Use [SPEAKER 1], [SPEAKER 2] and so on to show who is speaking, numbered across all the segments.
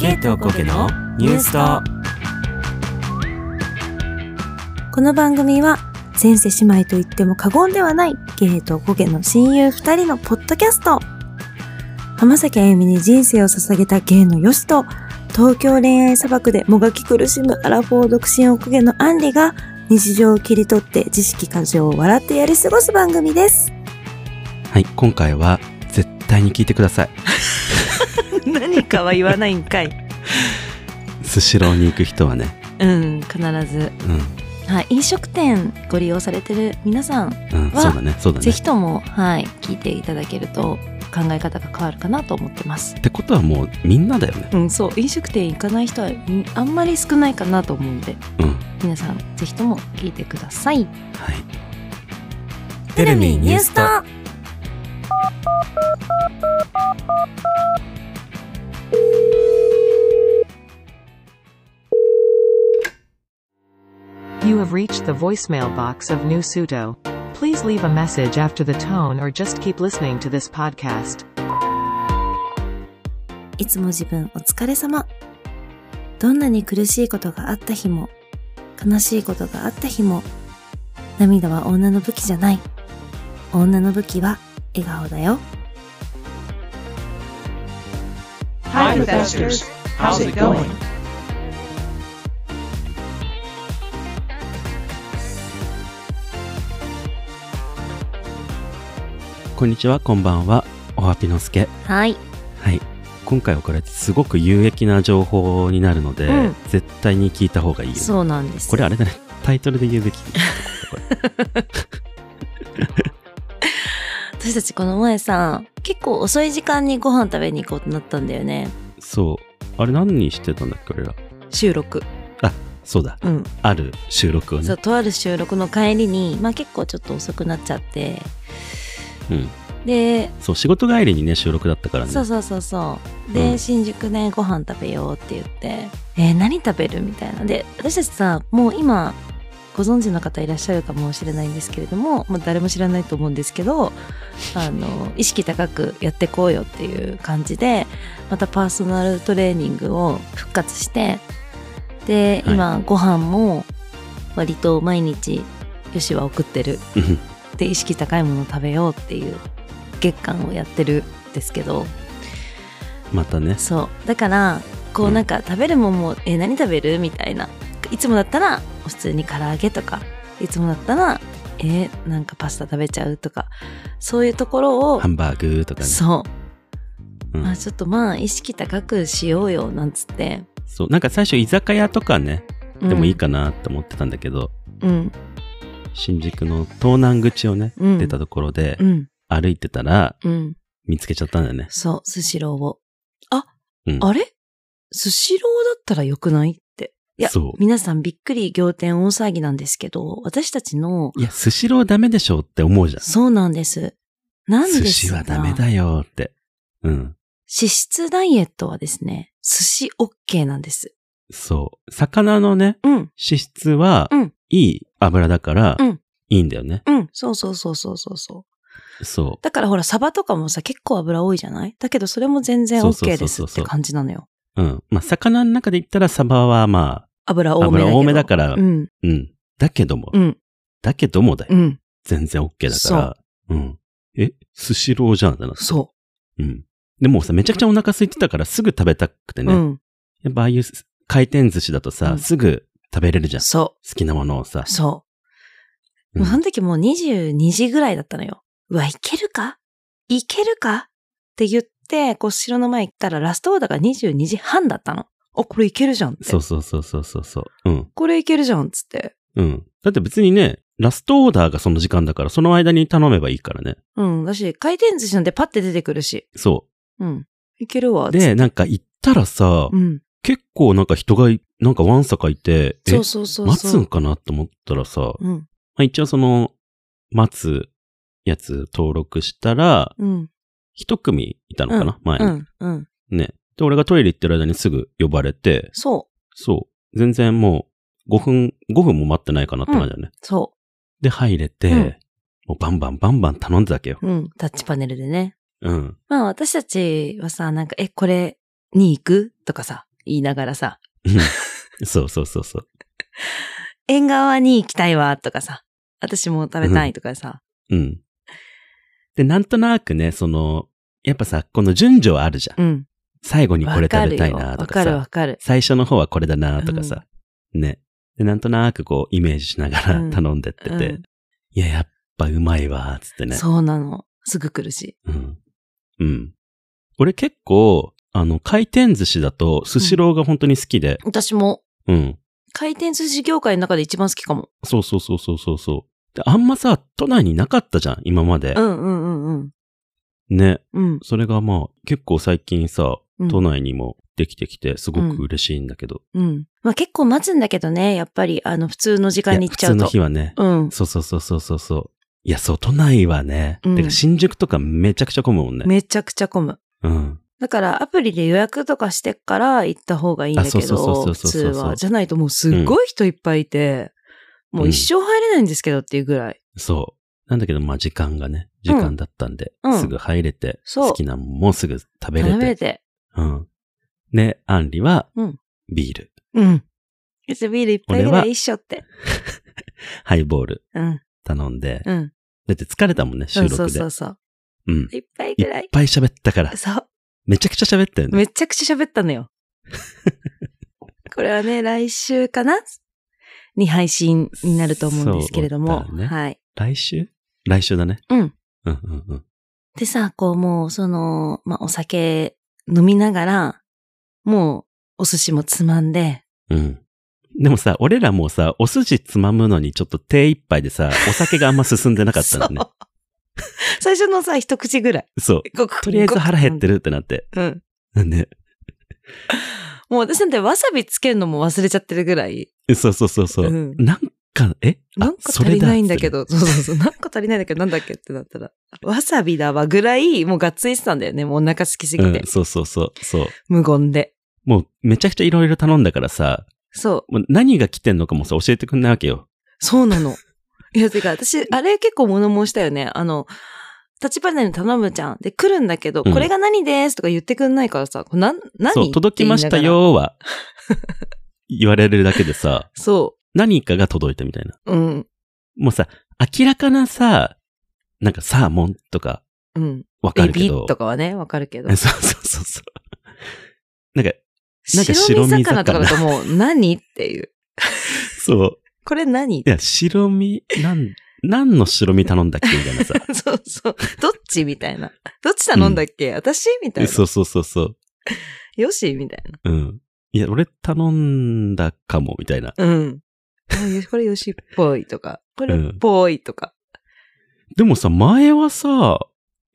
[SPEAKER 1] ケイトコケのニュースと
[SPEAKER 2] この番組は前世姉妹と言っても過言ではないゲートコケの親友二人のポッドキャスト浜崎あゆみに人生を捧げたゲイのヨシと東京恋愛砂漠でもがき苦しむアラフォー独身おこげのアンリが日常を切り取って知識過剰を笑ってやり過ごす番組です
[SPEAKER 1] はい今回は絶対に聞いてください
[SPEAKER 2] 何かは言わないんかい
[SPEAKER 1] スシローに行く人はね
[SPEAKER 2] うん必ず、
[SPEAKER 1] う
[SPEAKER 2] はい、飲食店ご利用されてる皆さん
[SPEAKER 1] んうん
[SPEAKER 2] は
[SPEAKER 1] そうだねそうだね
[SPEAKER 2] ぜひとも、はい、聞いていただけると考え方が変わるかなと思ってます。
[SPEAKER 1] ってことはもうみんなだよね
[SPEAKER 2] うん、そう飲食店行かない人はんあんまり少ないかなと思うんで
[SPEAKER 1] うん
[SPEAKER 2] 皆さんぜひとも聞いてください
[SPEAKER 1] はい
[SPEAKER 2] テレビニュースと
[SPEAKER 3] You have reached the voicemail box of New Suto. Please leave a message after the tone or just keep listening to this podcast.
[SPEAKER 2] いつも自分お疲れ様どんなに苦しいことがあった日も悲しいことがあった日も涙は女の武器じゃない女の武器は笑顔だよ
[SPEAKER 4] Hi, investors. How's it going?
[SPEAKER 1] こんにちはこんばんはおはぴのすけ
[SPEAKER 2] はい
[SPEAKER 1] はい今回はこれすごく有益な情報になるので、
[SPEAKER 2] うん
[SPEAKER 1] 絶対に聞いた方がいいよね
[SPEAKER 2] そうなんです
[SPEAKER 1] これあれだねタイトルで言うべき
[SPEAKER 2] 私たちこの前さ結構遅い時間にご飯食べに行こうとなったんだよね
[SPEAKER 1] そうあれ何にしてたんだっけ俺ら
[SPEAKER 2] 収録
[SPEAKER 1] そうだ
[SPEAKER 2] うん
[SPEAKER 1] ある収録を
[SPEAKER 2] そ
[SPEAKER 1] ね
[SPEAKER 2] うとある収録の帰りにまあ結構ちょっと遅くなっちゃって
[SPEAKER 1] うん
[SPEAKER 2] で、
[SPEAKER 1] そう仕事帰りにね収録だったからね
[SPEAKER 2] そうそうそうそうで、
[SPEAKER 1] うん
[SPEAKER 2] 新宿でご飯食べようって言ってえー何食べるみたいなで私たちさもう今ご存知の方いらっしゃるかもしれないんですけれども、まあ、誰も知らないと思うんですけどあの意識高くやってこうよっていう感じでまたパーソナルトレーニングを復活してで
[SPEAKER 1] はい
[SPEAKER 2] 今、ご飯も割と毎日よしは送ってる
[SPEAKER 1] うん
[SPEAKER 2] で意識高いものを食べようっていう月間をやってるんですけど
[SPEAKER 1] またね
[SPEAKER 2] そうだからこ
[SPEAKER 1] う
[SPEAKER 2] うんなんか食べるもんも、え何食べるみたいないつもだったら普通に唐揚げとかいつもだったらえーなんかパスタ食べちゃうとかそういうところを
[SPEAKER 1] ハンバーグとかね
[SPEAKER 2] そうう、
[SPEAKER 1] ん
[SPEAKER 2] まあ、ちょっとまあ意識高くしようよなんつって
[SPEAKER 1] そうなんか最初居酒屋とかねでもいいかなと思ってたんだけど、
[SPEAKER 2] うん
[SPEAKER 1] 新宿の東南口をね、
[SPEAKER 2] うん
[SPEAKER 1] 出たところで
[SPEAKER 2] うん
[SPEAKER 1] 歩いてたら
[SPEAKER 2] うん
[SPEAKER 1] 見つけちゃったんだよね
[SPEAKER 2] そうスシローをあ、
[SPEAKER 1] うん
[SPEAKER 2] あれスシローだったらよくないっていや
[SPEAKER 1] そう
[SPEAKER 2] 皆さんびっくり仰天大騒ぎなんですけど私たちの
[SPEAKER 1] いやスシローダメでしょって思うじゃん
[SPEAKER 2] そうなんですなんです
[SPEAKER 1] 寿
[SPEAKER 2] が
[SPEAKER 1] 司はダメだよってうん
[SPEAKER 2] 脂質ダイエットはですね、寿司 OK なんです。
[SPEAKER 1] そう魚のね
[SPEAKER 2] うん。
[SPEAKER 1] 脂質は
[SPEAKER 2] うん
[SPEAKER 1] いい油だから
[SPEAKER 2] うん
[SPEAKER 1] いいんだよね、
[SPEAKER 2] うん。そうそうそうそうそうそう。
[SPEAKER 1] そう
[SPEAKER 2] だからほら、サバとかもさ、結構油多いじゃないだけどそれも全然 OK です
[SPEAKER 1] そうそうそうそ
[SPEAKER 2] っ
[SPEAKER 1] う
[SPEAKER 2] て感じなのよ。
[SPEAKER 1] うん。まあ、魚の中で言ったらサバはま
[SPEAKER 2] 油
[SPEAKER 1] あ、
[SPEAKER 2] 多めだけ
[SPEAKER 1] 油
[SPEAKER 2] ど。
[SPEAKER 1] 多めだから、う、
[SPEAKER 2] うんん。
[SPEAKER 1] だけども、
[SPEAKER 2] うん。
[SPEAKER 1] だけどもだ
[SPEAKER 2] う
[SPEAKER 1] よ。
[SPEAKER 2] ん。
[SPEAKER 1] 全然 OK だから。うん。え、スシローじゃんだな。
[SPEAKER 2] そ
[SPEAKER 1] うん。でもうさ、めちゃくちゃお腹空いてたからすぐ食べたくて
[SPEAKER 2] う。
[SPEAKER 1] ね。
[SPEAKER 2] うん。
[SPEAKER 1] やっぱああいう回転寿司だとさ、
[SPEAKER 2] うん
[SPEAKER 1] すぐ食べれるじゃん。好
[SPEAKER 2] そ
[SPEAKER 1] きなものをさ
[SPEAKER 2] う。。そうう。
[SPEAKER 1] ん
[SPEAKER 2] もうその時もう22時ぐらいだったのよ。うわ、いけるかいけるかって言って、こう、城の前行ったらラストオーダーが22時半だったの。あ、これいけるじゃんって。
[SPEAKER 1] そうそうそうそうそうそう。うん。
[SPEAKER 2] これいけるじゃんっつって。
[SPEAKER 1] うん。だって別にね、ラストオーダーがその時間だから、その間に頼めばいいからね。
[SPEAKER 2] うん。だし、回転寿司なんてパッて出てくるし。
[SPEAKER 1] そ
[SPEAKER 2] うん。いけるわ。つ
[SPEAKER 1] う。
[SPEAKER 2] っ
[SPEAKER 1] で、
[SPEAKER 2] て
[SPEAKER 1] なんか行ったらさ、
[SPEAKER 2] うん。
[SPEAKER 1] 結構なんか人がい、なんかワンサかいて、え
[SPEAKER 2] そうそうそう
[SPEAKER 1] 待
[SPEAKER 2] そ
[SPEAKER 1] つ
[SPEAKER 2] う。
[SPEAKER 1] んかなと思ったらさ、ま
[SPEAKER 2] うん。
[SPEAKER 1] あ、一応その、待つやつ登録したら、
[SPEAKER 2] うん。
[SPEAKER 1] 一組いたのかな、前
[SPEAKER 2] う
[SPEAKER 1] に、
[SPEAKER 2] ん。うん。
[SPEAKER 1] ね。で、俺がトイレ行ってる間にすぐ呼ばれて、
[SPEAKER 2] そう。
[SPEAKER 1] そう。全然もう、5分、5分も待ってないかなって感じだよね。
[SPEAKER 2] そ
[SPEAKER 1] で、入れて、
[SPEAKER 2] うん
[SPEAKER 1] もうバンバンバンバン頼んでたわけよ。
[SPEAKER 2] う。うん。タッチパネルでね。
[SPEAKER 1] うん。
[SPEAKER 2] まあ私たちはさ、なんか、え、これに行くとかさ、言いながらさ、
[SPEAKER 1] そうそうそうそう。
[SPEAKER 2] 縁側に行きたいわとかさ、私も食べたいとかさ、
[SPEAKER 1] うん。で、なんとなくね、その、やっぱさ、この順序はあるじゃん。
[SPEAKER 2] うん。
[SPEAKER 1] 最後に
[SPEAKER 2] わ
[SPEAKER 1] これ
[SPEAKER 2] かる
[SPEAKER 1] 食べ
[SPEAKER 2] よ
[SPEAKER 1] たいなと
[SPEAKER 2] わ
[SPEAKER 1] か
[SPEAKER 2] かるわ
[SPEAKER 1] さ、
[SPEAKER 2] かる。
[SPEAKER 1] 最初の方はこれだなとかさ、ね。で、なんとなくこう、イメージしなが
[SPEAKER 2] うん
[SPEAKER 1] ら頼んでってて、
[SPEAKER 2] うん
[SPEAKER 1] いや、やっぱうまいわ、つってね。
[SPEAKER 2] そうなの。すぐ来るし。
[SPEAKER 1] うん。うん。俺結構、あの、回転寿司だと、スシローが本当に好きで、
[SPEAKER 2] 私も、
[SPEAKER 1] うん。
[SPEAKER 2] 回転寿司業界の中で一番好きかも。
[SPEAKER 1] そうそうそうそうそうそう。で、あんまさ、都内になかったじゃん、今まで
[SPEAKER 2] う。んうんうん
[SPEAKER 1] ね。
[SPEAKER 2] うん。
[SPEAKER 1] それがまあ、結構最近さ、
[SPEAKER 2] うん。
[SPEAKER 1] 都内にもできてきて、すごく嬉しいんだけど。
[SPEAKER 2] うん。まあ結構待つんだけどね、やっぱり、あの、普通の時間
[SPEAKER 1] い
[SPEAKER 2] に
[SPEAKER 1] や
[SPEAKER 2] 行っ
[SPEAKER 1] 普
[SPEAKER 2] ちゃ
[SPEAKER 1] 通
[SPEAKER 2] う
[SPEAKER 1] の
[SPEAKER 2] と。
[SPEAKER 1] 日はね。
[SPEAKER 2] うん。
[SPEAKER 1] そうそうそうそうそうそう。いや、そう、都内はね、
[SPEAKER 2] うん
[SPEAKER 1] てか新宿とかめちゃくちゃ混むもんね。
[SPEAKER 2] めちゃくちゃ混む。
[SPEAKER 1] うん。
[SPEAKER 2] だからアプリで予約とかしてから行った方がいいんだけ
[SPEAKER 1] あそうそう
[SPEAKER 2] ど、
[SPEAKER 1] そ
[SPEAKER 2] 普
[SPEAKER 1] うそう
[SPEAKER 2] 通
[SPEAKER 1] そうそう
[SPEAKER 2] は。じゃないともうすっごい人いっぱいいて、もう一生入れないんですけどっていうぐらい。
[SPEAKER 1] そう。なんだけど、まあ、時間がね、時間だったんで、
[SPEAKER 2] うん
[SPEAKER 1] すぐ入れて、
[SPEAKER 2] そう
[SPEAKER 1] 好きなもんもすぐ食べれ
[SPEAKER 2] 食べれ
[SPEAKER 1] て。
[SPEAKER 2] て。
[SPEAKER 1] うん。で、アンリは
[SPEAKER 2] うん、
[SPEAKER 1] ビール、
[SPEAKER 2] うん。いつビール一杯ぐらい一緒って。
[SPEAKER 1] ハイボール
[SPEAKER 2] うん。
[SPEAKER 1] 頼んで、
[SPEAKER 2] うん。
[SPEAKER 1] だって疲れたもんね、収
[SPEAKER 2] うん
[SPEAKER 1] 録で。
[SPEAKER 2] そうそうそう。
[SPEAKER 1] うん。
[SPEAKER 2] 一杯
[SPEAKER 1] い
[SPEAKER 2] ぐら
[SPEAKER 1] っ
[SPEAKER 2] い。
[SPEAKER 1] ぱい喋ったから、
[SPEAKER 2] そう。
[SPEAKER 1] めちゃくちゃ喋ったよね。
[SPEAKER 2] めちゃくちゃ喋ったの よ。これはね、来週かなに配信になると思うんですけれども。
[SPEAKER 1] そうだね
[SPEAKER 2] はい。
[SPEAKER 1] 来週来週だね。
[SPEAKER 2] うん。
[SPEAKER 1] うんうんうん。
[SPEAKER 2] でさ、こうもう、その、まあ、お酒飲みながら、もう、お寿司もつまんで、
[SPEAKER 1] うん。でもさ、俺らもさ、お寿司つまむのにちょっと手一杯 でさ、お酒があんま進んでなかったのね。
[SPEAKER 2] そう最初のさ、一口ぐらい。
[SPEAKER 1] そう。
[SPEAKER 2] ごく
[SPEAKER 1] とりあえず腹減って
[SPEAKER 2] る。
[SPEAKER 1] るってなって。
[SPEAKER 2] うん。
[SPEAKER 1] ね。
[SPEAKER 2] もう私なんてわさびつけるのも忘れちゃってるぐらい。
[SPEAKER 1] そうそうそうそう。
[SPEAKER 2] うん
[SPEAKER 1] なんか、えあ
[SPEAKER 2] なんか足りないんだけ。
[SPEAKER 1] それっつってね
[SPEAKER 2] ど、そうそうそう。なんか足りないんだけど、なんだっけってなったら。わさびだわぐらい、もうがっついてたんだよね。もうお腹空きすぎ
[SPEAKER 1] う
[SPEAKER 2] て
[SPEAKER 1] ん、。そうそうそう。そう。
[SPEAKER 2] 無言で。
[SPEAKER 1] もう、めちゃくちゃいろいろ頼んだからさ、
[SPEAKER 2] そう。
[SPEAKER 1] もう何が来てんのかもさ、教えてくんないわけよ。
[SPEAKER 2] そうな の。いや、てか、私、あれ結構物申したよね。あの、立花に頼むじゃん。で、来るんだけど、
[SPEAKER 1] うん
[SPEAKER 2] これが何ですとか言ってくんないからさ、これなん、何
[SPEAKER 1] そう、届きました。よーは、言われるだけで
[SPEAKER 2] って言
[SPEAKER 1] さ、
[SPEAKER 2] いながらそ
[SPEAKER 1] 何かが届いたみたいな。
[SPEAKER 2] う。うん。
[SPEAKER 1] もうさ、明らかなさ、なんかサーモンとか、
[SPEAKER 2] うん。
[SPEAKER 1] わか
[SPEAKER 2] ビ
[SPEAKER 1] るけ
[SPEAKER 2] ビ
[SPEAKER 1] ど。
[SPEAKER 2] とかはね、わかるけど
[SPEAKER 1] え。そうそうそうそう。なんか、なんか
[SPEAKER 2] 白身魚とか
[SPEAKER 1] 白身魚
[SPEAKER 2] だともう、何っていう。
[SPEAKER 1] そう。
[SPEAKER 2] これ何
[SPEAKER 1] いや、白身、なん、何の白身頼んだっけみたいなさ。
[SPEAKER 2] そうそう。どっちみたいな。どっち頼んだっけ、私みたいな。
[SPEAKER 1] そうそうそうそう。
[SPEAKER 2] よしみたい
[SPEAKER 1] うん。いや、俺頼んだかも、みたいな。
[SPEAKER 2] な。うん。あよしこれよしっぽいとか、これっ
[SPEAKER 1] うん
[SPEAKER 2] ぽいとか。
[SPEAKER 1] でもさ、前はさ、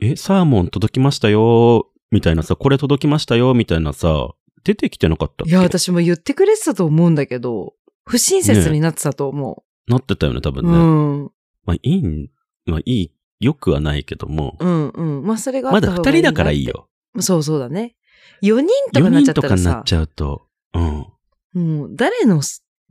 [SPEAKER 1] え、サーモン届きましたよ、みたいなさ、これ届きましたよ、みたいなさ、出てきてなかったっけ
[SPEAKER 2] いや、私も言ってくれてたと思うんだけど、不親切になってたと思
[SPEAKER 1] なってたよね、多
[SPEAKER 2] う。
[SPEAKER 1] 分
[SPEAKER 2] う
[SPEAKER 1] ね。
[SPEAKER 2] ん。
[SPEAKER 1] まあ、いいん、まあ、いい、よくはないけども、
[SPEAKER 2] うんうん。まあ、それがあ
[SPEAKER 1] ま
[SPEAKER 2] った
[SPEAKER 1] だ
[SPEAKER 2] 方
[SPEAKER 1] 二
[SPEAKER 2] がい
[SPEAKER 1] 人
[SPEAKER 2] いな
[SPEAKER 1] だ
[SPEAKER 2] って
[SPEAKER 1] からいい。よ。
[SPEAKER 2] そうそうだね。4人とか
[SPEAKER 1] 4
[SPEAKER 2] になっちゃ
[SPEAKER 1] 人
[SPEAKER 2] った
[SPEAKER 1] とからにな
[SPEAKER 2] さ
[SPEAKER 1] っ、ちゃうと、うん。
[SPEAKER 2] もう誰の、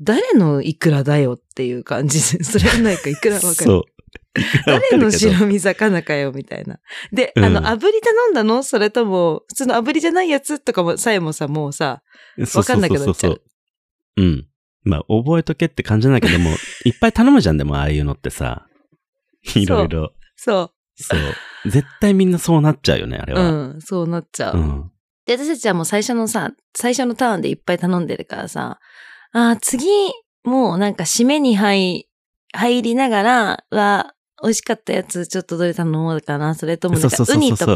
[SPEAKER 2] 誰のいくらだよっていう感じ で、それがないかいくらわかる。
[SPEAKER 1] そう。
[SPEAKER 2] 誰の
[SPEAKER 1] わかるけど
[SPEAKER 2] 白身魚かよ、みたいな。で、あ
[SPEAKER 1] うん
[SPEAKER 2] の、炙り頼んだのそれとも、普通の炙りじゃないやつとかも、さえもさ、もうさ、
[SPEAKER 1] そう
[SPEAKER 2] わかんなくなっちゃう
[SPEAKER 1] そうそうそう。うん。まあ、覚えとけって感じなんだけど も、いっぱい頼むじゃん、でも、ああいうのってさ。いろいろ。
[SPEAKER 2] そ
[SPEAKER 1] そう。絶対みんなそうなっちゃうよね、あれ
[SPEAKER 2] う、う
[SPEAKER 1] は。
[SPEAKER 2] ん、そうなっちゃう。
[SPEAKER 1] うん。
[SPEAKER 2] で、私たちはもう最初のさ、最初のターンでいっぱい頼んでるからさ、あー次、もうなんか締めに入、入りながらは、美味しかったやつ、ちょっとどれ頼もうかな、それともなん
[SPEAKER 1] そう
[SPEAKER 2] か
[SPEAKER 1] そう
[SPEAKER 2] ウ
[SPEAKER 1] そうそう
[SPEAKER 2] ニとか、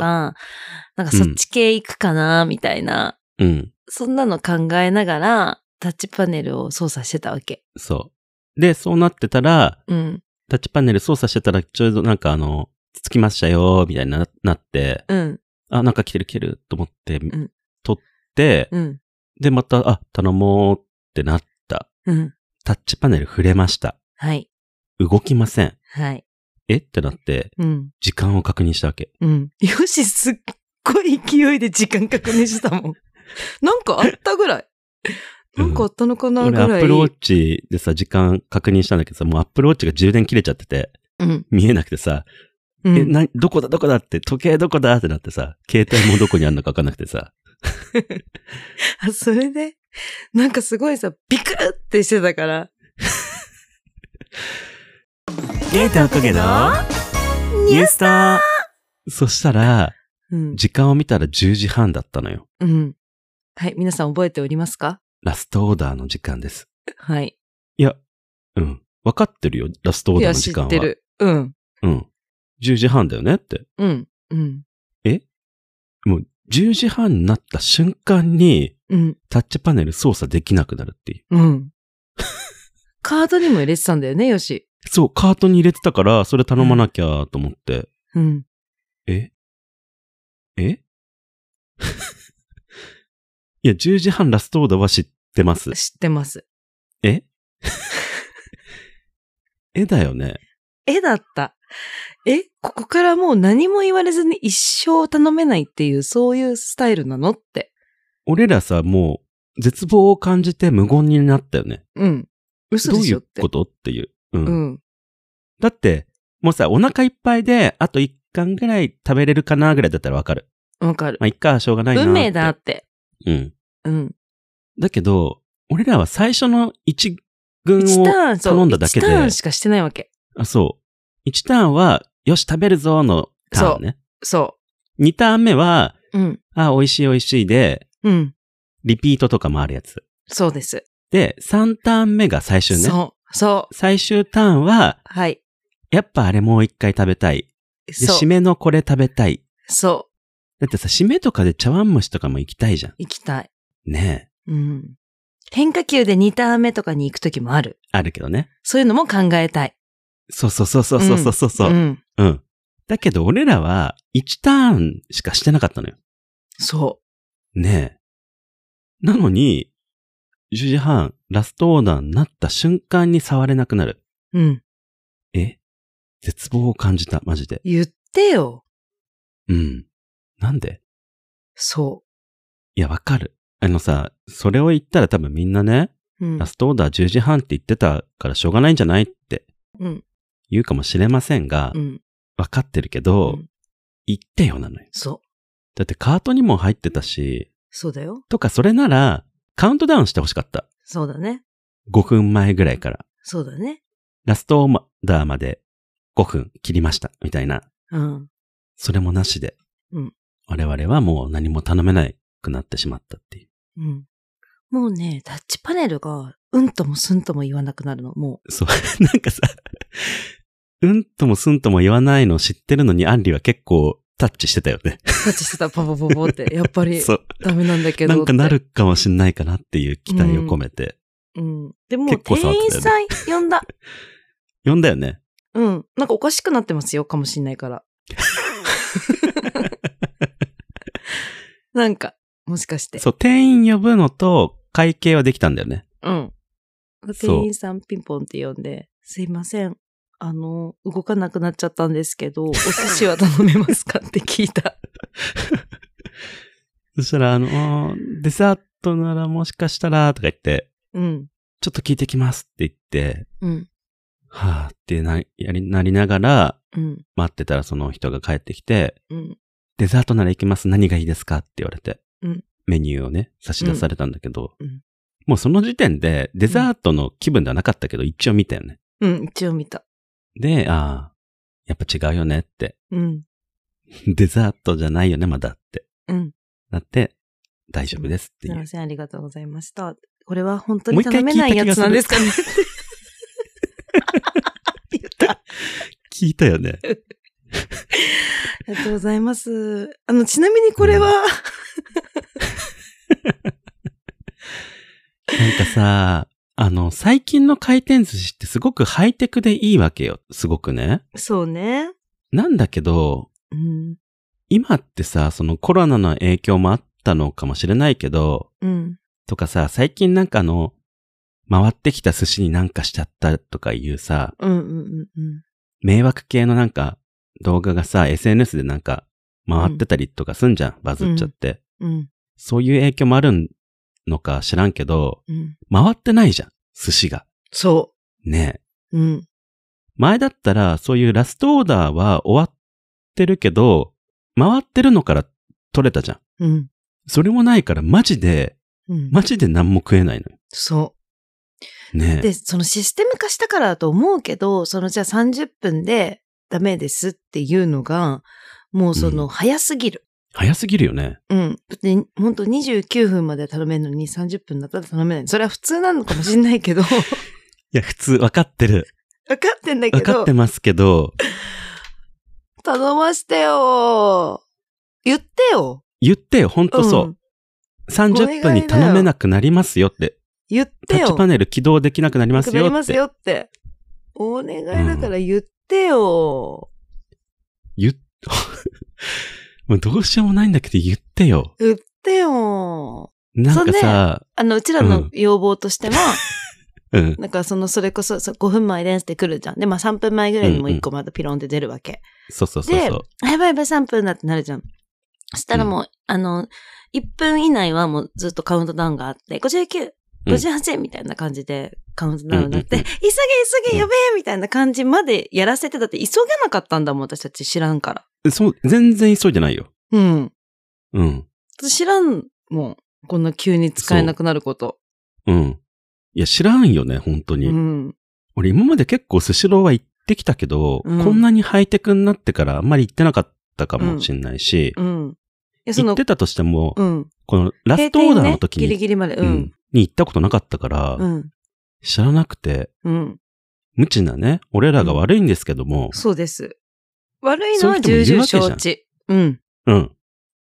[SPEAKER 2] なんかそっち系行くかな、みたいな、
[SPEAKER 1] うん。
[SPEAKER 2] そんなの考えながら、タッチパネルを操作してたわけ。
[SPEAKER 1] そう。で、そうなってたら、
[SPEAKER 2] うん、
[SPEAKER 1] タッチパネル操作してたら、ちょうどなんかあの、つきましたよ、みたいにななって、
[SPEAKER 2] うん、
[SPEAKER 1] あ、なんか来てる来てると思って
[SPEAKER 2] ん、
[SPEAKER 1] 撮って、
[SPEAKER 2] うん、
[SPEAKER 1] で、また、あ、頼もうってなった。
[SPEAKER 2] うん。
[SPEAKER 1] タッチパネル触れました。
[SPEAKER 2] はい、
[SPEAKER 1] 動きません。
[SPEAKER 2] はい、
[SPEAKER 1] えってなって、
[SPEAKER 2] うん、
[SPEAKER 1] 時間を確認したわけ。
[SPEAKER 2] うん。よし、すっごい勢いで時間確認したもん。 なんかあったぐらい。なんかあったのかなぐ
[SPEAKER 1] 俺、ア
[SPEAKER 2] ら
[SPEAKER 1] ッ
[SPEAKER 2] い。
[SPEAKER 1] プルウォッチでさ、時間確認したんだけどさ、もうアップルウォッチが充電切れちゃってて、
[SPEAKER 2] うん。
[SPEAKER 1] 見えなくてさ、
[SPEAKER 2] う
[SPEAKER 1] え、
[SPEAKER 2] ん、
[SPEAKER 1] な、どこだどこだって、時計どこだってなってさ、携帯もどこにあんのかわかんなくてさ、
[SPEAKER 2] あ、それで、なんかすごいさ、ビクッってしてたから。
[SPEAKER 5] ゲートおかげのニュースタ
[SPEAKER 1] そしたら、
[SPEAKER 2] うん。
[SPEAKER 1] 時間を見たら10時半だったのよ。
[SPEAKER 2] うん。はい、皆さん覚えておりますか
[SPEAKER 1] ラストオーダーの時間です。
[SPEAKER 2] はい。
[SPEAKER 1] いや、うん。わかってるよ、ラストオー
[SPEAKER 2] い
[SPEAKER 1] ダー
[SPEAKER 2] や、
[SPEAKER 1] の
[SPEAKER 2] 知
[SPEAKER 1] 時間
[SPEAKER 2] っ
[SPEAKER 1] は。
[SPEAKER 2] てる。うん。
[SPEAKER 1] うん。10時半だよねって。
[SPEAKER 2] うん。うん。
[SPEAKER 1] 10時半になった瞬間に、
[SPEAKER 2] うん。
[SPEAKER 1] タッチパネル操作できなくなるっていう。
[SPEAKER 2] うん。カードにも入れてたんだよね、よし。
[SPEAKER 1] そう、カートに入れてたから、それ頼まなきゃと思って。
[SPEAKER 2] うん。
[SPEAKER 1] ええいや、10時半ラストオーダーは知ってます。
[SPEAKER 2] 知ってます。
[SPEAKER 1] え えだよね。
[SPEAKER 2] えだった。えここからもう何も言われずに一生頼めないっていう、そういうスタイルなのって。
[SPEAKER 1] 俺らさ、もう、絶望を感じて無言になったよね。
[SPEAKER 2] うん。嘘
[SPEAKER 1] ど
[SPEAKER 2] で
[SPEAKER 1] うい
[SPEAKER 2] しょっ
[SPEAKER 1] う
[SPEAKER 2] て。
[SPEAKER 1] ことっていう。うん。
[SPEAKER 2] うん。
[SPEAKER 1] だって、もうさ、お腹いっぱいで、あと1巻ぐらい食べれるかなぐらいだったらわかる。
[SPEAKER 2] わかる
[SPEAKER 1] まあ、。いっか、しょうがないなって。
[SPEAKER 2] 運命だっ。て。
[SPEAKER 1] うん。
[SPEAKER 2] うん。
[SPEAKER 1] だけど、俺らは最初の1軍
[SPEAKER 2] 1ター
[SPEAKER 1] を
[SPEAKER 2] ン、そう。
[SPEAKER 1] 頼んだだけで
[SPEAKER 2] 1ター、ンしかしてないわけ。
[SPEAKER 1] あ、そう。1ターンは、よし、食べるぞのターンね。
[SPEAKER 2] そ
[SPEAKER 1] 2ターン目は、
[SPEAKER 2] う。うん。
[SPEAKER 1] あ、美味しい美味しいで、
[SPEAKER 2] うん。
[SPEAKER 1] リピートとかもあるやつ。
[SPEAKER 2] そうです。
[SPEAKER 1] で、3ターン目が最終ね。
[SPEAKER 2] そう。そう。
[SPEAKER 1] 最終ターンは、
[SPEAKER 2] はい。
[SPEAKER 1] やっぱあれもう一回食べたい。で、
[SPEAKER 2] そ
[SPEAKER 1] 締
[SPEAKER 2] う。
[SPEAKER 1] めのこれ食べたい。
[SPEAKER 2] そう。
[SPEAKER 1] だってさ、締めとかで茶碗蒸しとかも行きたいじゃん。
[SPEAKER 2] 行きたい。
[SPEAKER 1] ねえ。
[SPEAKER 2] うん。変化球で2ターン目とかに行くときもある。
[SPEAKER 1] あるけどね。
[SPEAKER 2] そういうのも考えたい。
[SPEAKER 1] そうそうそうそうそうそうそう。うん。
[SPEAKER 2] ん。
[SPEAKER 1] だけど俺らは、1ターンしかしてなかったのよ。
[SPEAKER 2] そ
[SPEAKER 1] ねえ。なのに、10時半、ラストオーダーになった瞬間に触れなくなる。
[SPEAKER 2] う。うん。
[SPEAKER 1] え絶望を感じた、マジで。
[SPEAKER 2] 言ってよ。
[SPEAKER 1] うん。なんで
[SPEAKER 2] そ
[SPEAKER 1] いや、わかる。あのさ、それを言ったら多分みんなね、
[SPEAKER 2] う。うん
[SPEAKER 1] ラ。ストオーダー10時半って言ってたからしょうがないんじゃないって
[SPEAKER 2] うん。
[SPEAKER 1] 言うかもしれませんが
[SPEAKER 2] う、ん。
[SPEAKER 1] わかってるけど、
[SPEAKER 2] うん
[SPEAKER 1] 言ってよなのよ。
[SPEAKER 2] そう。
[SPEAKER 1] だってカートにも入ってたし、
[SPEAKER 2] そうだよ。
[SPEAKER 1] とかそれなら、カウントダウンしてほしかった。
[SPEAKER 2] そうだね。
[SPEAKER 1] 5分前ぐらいから。
[SPEAKER 2] そうだね。
[SPEAKER 1] ラストオーダーまで5分切りました、みたいな。
[SPEAKER 2] うん。
[SPEAKER 1] それもなしで。
[SPEAKER 2] うん
[SPEAKER 1] 我々はもう何も頼めなくなってしまったっていう。
[SPEAKER 2] うん。もうね、タッチパネルが、うんともすんとも言わなくなるの。も
[SPEAKER 1] そう、 なんかさ、うんともすんとも言わないの知ってるのに、アンリは結構タッチしてたよね。
[SPEAKER 2] う、タッチしてた、パパパパ って、やっぱり、
[SPEAKER 1] そう。
[SPEAKER 2] ダメなんだけど
[SPEAKER 1] な
[SPEAKER 2] って。
[SPEAKER 1] んかなるかもしんないかなっていう期待を込めて。
[SPEAKER 2] うん。でも、
[SPEAKER 1] 結構触
[SPEAKER 2] 店
[SPEAKER 1] って
[SPEAKER 2] 員
[SPEAKER 1] たよね
[SPEAKER 2] さん呼んだ。
[SPEAKER 1] 呼んだよね。
[SPEAKER 2] うん。なんかおかしくなってますよ、かもしんない から。なんか、もしかして。
[SPEAKER 1] そう、店員呼ぶのと会計はできたんだよね。
[SPEAKER 2] うん。店員さんピンポンって呼んで、すいません。あの、動かなくなっちゃったんですけど、お寿司は頼めますかって聞いた。
[SPEAKER 1] そしたら、あのーデザートならもしかしたら、とか言って、
[SPEAKER 2] うん。
[SPEAKER 1] ちょっと聞いてきますって言って、
[SPEAKER 2] うん。
[SPEAKER 1] はぁってな、やり、なりながら、
[SPEAKER 2] うん。
[SPEAKER 1] 待ってたらその人が帰ってきて、
[SPEAKER 2] うん。
[SPEAKER 1] デザートなら行きます。何がいいですかって言われて、
[SPEAKER 2] うん
[SPEAKER 1] メニューをね、差し出されたんだけど、
[SPEAKER 2] うんうん
[SPEAKER 1] もうその時点でデザートの気分ではなかったけど、一応見たよね。
[SPEAKER 2] うん。一応見た。
[SPEAKER 1] で、ああ、やっぱ違うよねって。
[SPEAKER 2] うん。
[SPEAKER 1] デザートじゃないよね、まだって。
[SPEAKER 2] うん。
[SPEAKER 1] なって、大丈夫ですっ
[SPEAKER 2] す
[SPEAKER 1] て
[SPEAKER 2] い
[SPEAKER 1] いう
[SPEAKER 2] ま。せん、ありがとうございました。これは本当に頼めない
[SPEAKER 1] もう一
[SPEAKER 2] や
[SPEAKER 1] 回聞いた気が
[SPEAKER 2] つ
[SPEAKER 1] する
[SPEAKER 2] なんですかね。
[SPEAKER 1] 聞いたよ ね。
[SPEAKER 2] ありがとうございます。あの、ちなみにこれは、
[SPEAKER 1] なんかさ、あの、最近の回転寿司ってすごくハイテクでいいわけよ。すごくね。
[SPEAKER 2] そうね。
[SPEAKER 1] なんだけど、
[SPEAKER 2] うん。
[SPEAKER 1] 今ってさ、そのコロナの影響もあったのかもしれないけど、
[SPEAKER 2] うん。
[SPEAKER 1] とかさ、最近なんかあの、回ってきた寿司になんかしちゃったとかいうさ、
[SPEAKER 2] うんうんうん
[SPEAKER 1] 迷惑系のなんか動画がさ、SNS でなんか回ってたりとかすんじゃん、バズっちゃって。
[SPEAKER 2] うん。うん
[SPEAKER 1] そういう影響もあるのか知らんけど、
[SPEAKER 2] うん。
[SPEAKER 1] 回ってないじゃん、寿司が。
[SPEAKER 2] そ
[SPEAKER 1] ねえ。
[SPEAKER 2] う。うん。
[SPEAKER 1] 前だったら、そういうラストオーダーは終わってるけど、回ってるのから取れたじゃん。
[SPEAKER 2] うん。
[SPEAKER 1] それもないから、マジで、
[SPEAKER 2] うん。
[SPEAKER 1] マジで何も食えないのよ。
[SPEAKER 2] そう。
[SPEAKER 1] ねえ。
[SPEAKER 2] で、そのシステム化したからだと思うけど、そのじゃあ30分でダメですっていうのが、もうそうの
[SPEAKER 1] ん
[SPEAKER 2] 早すぎる。
[SPEAKER 1] 早すぎるよね。
[SPEAKER 2] うん。だって、ほんと29分まで頼めるのに30分だったら頼めない。それは普通なのかもしれない けど、分か
[SPEAKER 1] いや、普通、わかってる。
[SPEAKER 2] ってんだけ
[SPEAKER 1] わか
[SPEAKER 2] ど
[SPEAKER 1] って、ますけど、
[SPEAKER 2] 頼ましてよ言ってよ
[SPEAKER 1] 言ってよ、ほんとそう。
[SPEAKER 2] ん
[SPEAKER 1] 30分に頼めなくなりますよって。
[SPEAKER 2] 言って
[SPEAKER 1] タ
[SPEAKER 2] よ
[SPEAKER 1] ッチパネル起動できなくなります
[SPEAKER 2] な
[SPEAKER 1] よ
[SPEAKER 2] り
[SPEAKER 1] っ
[SPEAKER 2] ます
[SPEAKER 1] て。
[SPEAKER 2] よって。お願いだから言ってよ、
[SPEAKER 1] 言っ、もうどうしようもないんだけど言ってよ。
[SPEAKER 2] 言ってよ
[SPEAKER 1] なんかさ、
[SPEAKER 2] あの、うちら
[SPEAKER 1] う
[SPEAKER 2] の
[SPEAKER 1] ん
[SPEAKER 2] 要望としては、
[SPEAKER 1] うん。
[SPEAKER 2] なんかその、それこそそう5分前ですって来るじゃん。で、まあ3分前ぐらいにもう1個またピロンって出るわけ。
[SPEAKER 1] そうそうそう
[SPEAKER 2] で
[SPEAKER 1] そう。
[SPEAKER 2] あやばいやばい3分だってなるじゃん。そしたらもう、あの、1分以内はもうずっとカウントダウンがあって、59、
[SPEAKER 1] うん
[SPEAKER 2] 58みたいな感じでカウントダウンになって、
[SPEAKER 1] うん
[SPEAKER 2] 急げ急げやべえみたいな感じまでやらせて、だって急げなかったんだもん、私たち知らんから。
[SPEAKER 1] そう、全然急いでないよ。
[SPEAKER 2] うん。
[SPEAKER 1] うん。
[SPEAKER 2] 知らんもん。こんな急に使えなくなること。
[SPEAKER 1] うん。いや、知らんよね、本当
[SPEAKER 2] う
[SPEAKER 1] に。
[SPEAKER 2] ん。
[SPEAKER 1] 俺今まで結構スシローは行ってきたけど、
[SPEAKER 2] うん
[SPEAKER 1] こんなにハイテクになってからあんまり行ってなかったかもしんないし、
[SPEAKER 2] うん。いや、そ
[SPEAKER 1] 行っ
[SPEAKER 2] の
[SPEAKER 1] て、たとしても、
[SPEAKER 2] うん。
[SPEAKER 1] このラストオーダーの時
[SPEAKER 2] 閉店ねギ
[SPEAKER 1] に、
[SPEAKER 2] リギリまで。う
[SPEAKER 1] うんん。に行ったことなかったから、
[SPEAKER 2] うん。
[SPEAKER 1] 知らなくて、
[SPEAKER 2] うん。
[SPEAKER 1] 無知なね、俺らが悪いんですけども、
[SPEAKER 2] そうです。悪いのは
[SPEAKER 1] そうい
[SPEAKER 2] 重
[SPEAKER 1] う人
[SPEAKER 2] 々
[SPEAKER 1] もいるわ
[SPEAKER 2] 承
[SPEAKER 1] け
[SPEAKER 2] 知。うん。
[SPEAKER 1] うん。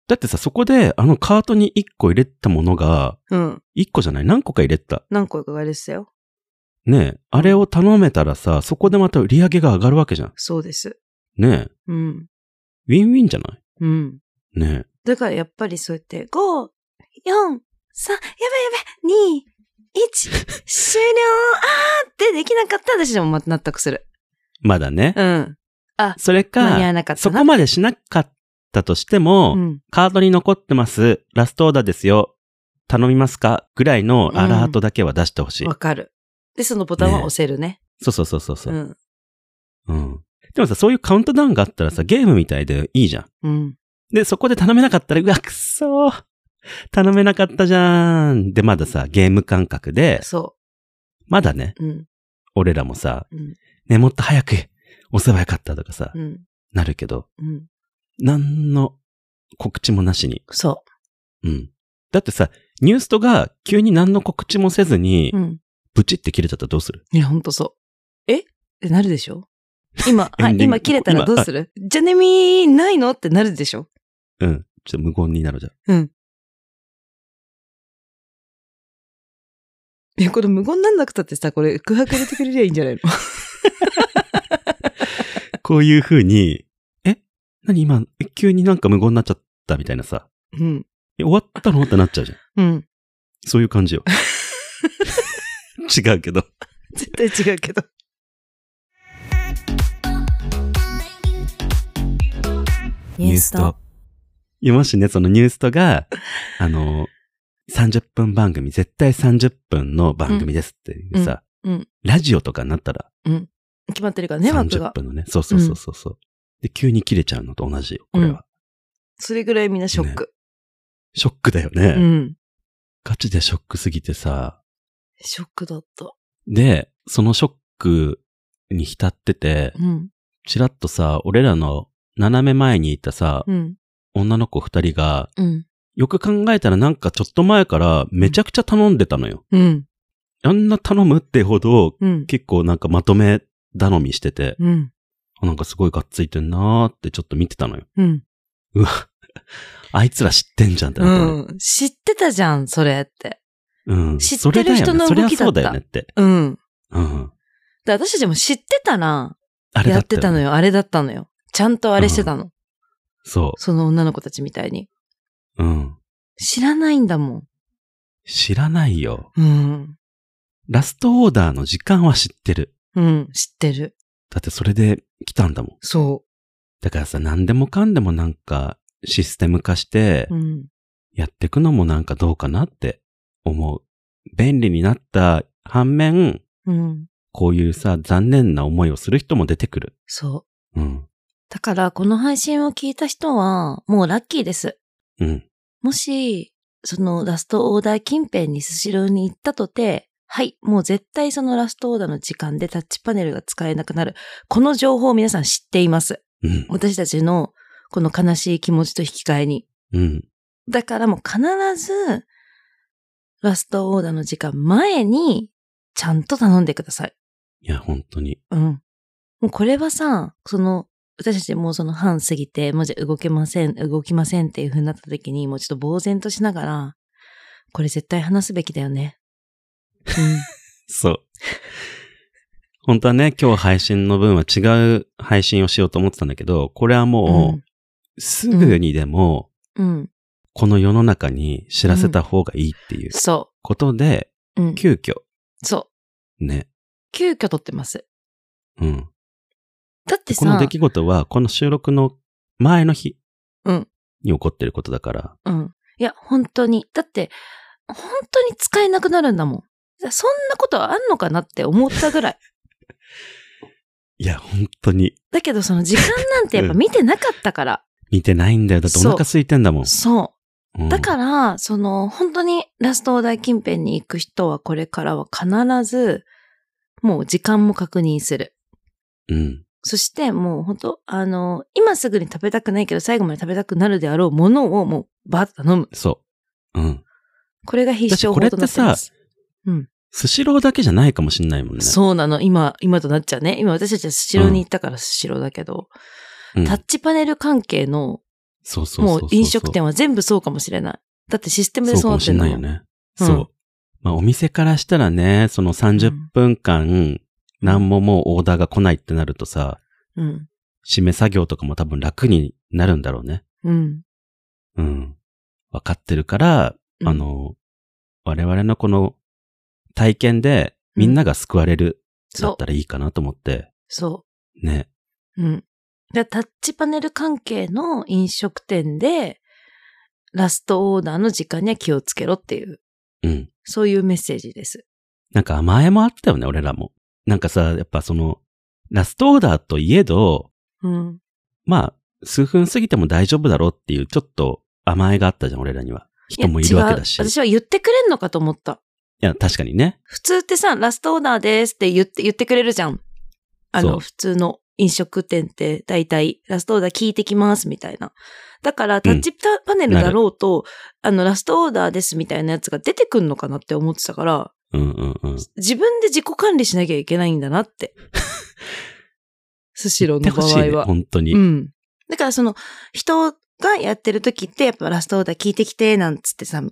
[SPEAKER 1] だってさ、そこであのカートに1個入れたものが、
[SPEAKER 2] うん。
[SPEAKER 1] 1個じゃない、何個か入れてた。
[SPEAKER 2] 何個かがあれでしたよ。
[SPEAKER 1] ねえ、あれを頼めたらさ、そこでまた売り上げが上がるわけじゃん。
[SPEAKER 2] そうです。
[SPEAKER 1] ねえ、
[SPEAKER 2] うん。
[SPEAKER 1] ウィンウィンじゃない
[SPEAKER 2] うん。
[SPEAKER 1] ね
[SPEAKER 2] だからやっぱりそうやって、5、4、3、やばいやばい、2、1、終了あーってできなかった私でもまた納得する。
[SPEAKER 1] え、まだね。
[SPEAKER 2] うん。
[SPEAKER 1] それ
[SPEAKER 2] 間に合
[SPEAKER 1] か、
[SPEAKER 2] わなかった
[SPEAKER 1] そ
[SPEAKER 2] な。
[SPEAKER 1] こまでしなかったとしても、
[SPEAKER 2] うん。
[SPEAKER 1] カードに残ってます、ラストオーダーですよ、頼みますかぐらいのアラートだけは出してほしい、
[SPEAKER 2] わかる。で、そのボタンは押せるね。
[SPEAKER 1] そうそうそうそうそうう、
[SPEAKER 2] ん。
[SPEAKER 1] うん。でもさ、そういうカウントダウンがあったらさ、ゲームみたいでいいじゃん。
[SPEAKER 2] うん。
[SPEAKER 1] で、そこで頼めなかったら、うわ、くっそー頼めなかったじゃーん。で、まださ、ゲーム感覚で、
[SPEAKER 2] そ
[SPEAKER 1] まだね、
[SPEAKER 2] う。うん。
[SPEAKER 1] 俺らもさ、
[SPEAKER 2] うん
[SPEAKER 1] ね、もっと早く押せばよかったとかさ、
[SPEAKER 2] うん。
[SPEAKER 1] なるけど、
[SPEAKER 2] うん。
[SPEAKER 1] なんの告知もなしに。
[SPEAKER 2] そ
[SPEAKER 1] うん。だってさ、ニュースとが急に何の告知もせずに
[SPEAKER 2] う。う、ん。
[SPEAKER 1] ブチって切れちゃったらどうする
[SPEAKER 2] いや、ほんとそう。えってなるでしょ 今、
[SPEAKER 1] エ
[SPEAKER 2] あ、
[SPEAKER 1] ンディング
[SPEAKER 2] 今切れたらどうするじゃねみーないのってなるでしょ
[SPEAKER 1] うん。ちょっと無言になるじゃん。
[SPEAKER 2] いや、これ無言なんなくたってさ、これ空白入れてくれりゃいいんじゃないの
[SPEAKER 1] こういう風に、え何今、え急になんか無言になっちゃったみたいなさ、
[SPEAKER 2] うん。
[SPEAKER 1] え終わったのってなっちゃうじゃん。
[SPEAKER 2] うん。
[SPEAKER 1] そういう感じよ。違うけど。
[SPEAKER 2] 絶対違うけど。
[SPEAKER 3] ニュースと。。
[SPEAKER 1] いやもしね、そのニュースとが、あの、30分番組、絶対30分の番組ですっていうさ、
[SPEAKER 2] うんうん
[SPEAKER 1] ラジオとかになったら、
[SPEAKER 2] 決まってるからね、枠
[SPEAKER 1] 30
[SPEAKER 2] が。
[SPEAKER 1] 分のね、そうそうそうそうそう、で、急に切れちゃうのと同じよ、これは。
[SPEAKER 2] うんそれぐらいみんなショック。
[SPEAKER 1] ショックだよね、
[SPEAKER 2] うん。
[SPEAKER 1] ガチでショックすぎてさ、
[SPEAKER 2] ショックだった。
[SPEAKER 1] で、そのショックに浸ってて、
[SPEAKER 2] うん。
[SPEAKER 1] ちらっとさ、俺らの斜め前にいたさ、
[SPEAKER 2] うん。
[SPEAKER 1] 女の子二人が、
[SPEAKER 2] うん。
[SPEAKER 1] よく考えたらなんかちょっと前からめちゃくちゃ頼んでたのよ。
[SPEAKER 2] うん。
[SPEAKER 1] あんな頼むってほど
[SPEAKER 2] うん。
[SPEAKER 1] 結構なんかまとめ頼みしてて、
[SPEAKER 2] うん。
[SPEAKER 1] あなんかすごいがっついてんなーってちょっと見てたのよ。
[SPEAKER 2] うん。
[SPEAKER 1] うわ、 あいつら知ってんじゃんってなったの。
[SPEAKER 2] うん。知ってたじゃん、それって。
[SPEAKER 1] うん。
[SPEAKER 2] 知ってる人の
[SPEAKER 1] それ
[SPEAKER 2] 動きだった
[SPEAKER 1] だよねそりゃそうだよねって。
[SPEAKER 2] うん。
[SPEAKER 1] うん。
[SPEAKER 2] で私たちも知ってたら、
[SPEAKER 1] あれだ
[SPEAKER 2] や
[SPEAKER 1] っ
[SPEAKER 2] ったて
[SPEAKER 1] よね
[SPEAKER 2] たのよ、あれだったのよ。ちゃんとあれしてたの。
[SPEAKER 1] そ
[SPEAKER 2] その女の子たちみたいに。
[SPEAKER 1] う。うん。
[SPEAKER 2] 知らないんだも
[SPEAKER 1] 知らないよ。
[SPEAKER 2] ん。うん。
[SPEAKER 1] ラストオーダーの時間は知ってる。
[SPEAKER 2] うん、知ってる。
[SPEAKER 1] だってそれで来たんだもん。
[SPEAKER 2] そ
[SPEAKER 1] だからさ、何でもかんでもなんかシステム化して
[SPEAKER 2] う。うん。
[SPEAKER 1] やっていくのもなんかどうかなって思う。便利になった反面、
[SPEAKER 2] うん。
[SPEAKER 1] こういうさ、残念な思いをする人も出てくる。
[SPEAKER 2] そう。
[SPEAKER 1] うん。
[SPEAKER 2] だから、この配信を聞いた人は、もうラッキーです。
[SPEAKER 1] うん。
[SPEAKER 2] もし、そのラストオーダー近辺にスシローに行ったとて、はい、もう絶対そのラストオーダーの時間でタッチパネルが使えなくなる。この情報を皆さん知っています。
[SPEAKER 1] うん。
[SPEAKER 2] 私たちのこの悲しい気持ちと引き換えに。
[SPEAKER 1] うん。
[SPEAKER 2] だからもう必ず、ラストオーダーの時間前に、ちゃんと頼んでください。
[SPEAKER 1] いや、本当に。
[SPEAKER 2] うん。もうこれはさ、その、私たちもうその半過ぎて、もうじゃあ動けません、動きませんっていう風になった時に、もうちょっと呆然としながら、これ絶対話すべきだよね。
[SPEAKER 1] そう。 本当はね、今日配信の分は違う配信をしようと思ってたんだけど、これは
[SPEAKER 2] う
[SPEAKER 1] も
[SPEAKER 2] ん。
[SPEAKER 1] う、すぐにでも、
[SPEAKER 2] うん。うん。
[SPEAKER 1] この世の中に知らせた方がいいっていう
[SPEAKER 2] そ
[SPEAKER 1] ことで、
[SPEAKER 2] う。うん。
[SPEAKER 1] 急遽、
[SPEAKER 2] そう。
[SPEAKER 1] ね。
[SPEAKER 2] 急遽撮ってます。
[SPEAKER 1] うん。
[SPEAKER 2] だって
[SPEAKER 1] この
[SPEAKER 2] さ
[SPEAKER 1] 出、来事は、この収録の前の日
[SPEAKER 2] うん
[SPEAKER 1] に起こってることだから、
[SPEAKER 2] うん。いや、本当に。だって、本当に使えなくなるんだもん。そんなことあんのかなって思ったぐらい。
[SPEAKER 1] いや、本当に
[SPEAKER 2] だけどその時間なんてやっぱ見てなかったから。
[SPEAKER 1] 似てないんだよ。だってお
[SPEAKER 2] そう
[SPEAKER 1] 腹空いてんだもん。
[SPEAKER 2] そう。
[SPEAKER 1] うん
[SPEAKER 2] だから、その、本当にラストオーダー近辺に行く人はこれからは必ず、もう時間も確認する。
[SPEAKER 1] うん。
[SPEAKER 2] そしてもう本当、あの、今すぐに食べたくないけど最後まで食べたくなるであろうものをもうバッと飲む。
[SPEAKER 1] そう。うん。
[SPEAKER 2] これが必勝法となってます。
[SPEAKER 1] スシローだけじゃないかもしんないもんね。
[SPEAKER 2] そうなの。今、今となっちゃうね。今私たちはスシローに行ったからスシローだけど、
[SPEAKER 1] うん。
[SPEAKER 2] タッチパネル関係の
[SPEAKER 1] そうそうそ
[SPEAKER 6] も
[SPEAKER 2] も
[SPEAKER 1] うそうう
[SPEAKER 2] 飲食店は全部そうかもしれない。だってシステムで
[SPEAKER 1] そう
[SPEAKER 2] そうな
[SPEAKER 1] か
[SPEAKER 2] っ
[SPEAKER 1] もしてん
[SPEAKER 2] るの
[SPEAKER 1] ないよね。そうう。まあお店からしたらね、その30分間、何ももうオーダーが来ないってなるとさ、
[SPEAKER 2] うん。
[SPEAKER 1] 締め作業とかも多分楽になるんだろうね。
[SPEAKER 2] うん。
[SPEAKER 1] うん。わかってるから、
[SPEAKER 2] うん
[SPEAKER 1] あの、我々のこの体験でみんなが救われるだ
[SPEAKER 2] そ
[SPEAKER 1] っ
[SPEAKER 2] う
[SPEAKER 1] た。らいいかなと思って、
[SPEAKER 2] そう。
[SPEAKER 1] ね。
[SPEAKER 2] うん。で、タッチパネル関係の飲食店で、ラストオーダーの時間には気をつけろっていう、
[SPEAKER 1] うん。
[SPEAKER 2] そういうメッセージです。
[SPEAKER 1] なんか甘えもあったよね、俺らも。なんかさ、やっぱその、ラストオーダーといえど、
[SPEAKER 2] うん。
[SPEAKER 1] まあ、数分過ぎても大丈夫だろうっていう、ちょっと甘えがあったじゃん、俺らには。人もいるわけだし。
[SPEAKER 2] いや違う私は言ってくれんのかと思った。
[SPEAKER 1] いや、確かにね。
[SPEAKER 2] 普通ってさ、ラストオーダーですって言って、言ってくれるじゃん。あ
[SPEAKER 1] そう
[SPEAKER 2] の、普通の飲食店って大体ラストオーダー聞いてきますみたいな。だからタッチパパネルだろうと、あの、ラストオーダーですみたいなやつが出てくんのかなって思ってたから、
[SPEAKER 1] うんうんうん。
[SPEAKER 2] 自分で自己管理しなきゃいけないんだな って。スシロー
[SPEAKER 1] 言
[SPEAKER 2] の
[SPEAKER 1] って
[SPEAKER 2] 場
[SPEAKER 1] ほ
[SPEAKER 2] 合
[SPEAKER 1] しいね、
[SPEAKER 2] は。
[SPEAKER 1] 本当に。
[SPEAKER 2] うん。だからその、人がやってる時って、やっぱラストオーダー聞いてきて、なんつってさ、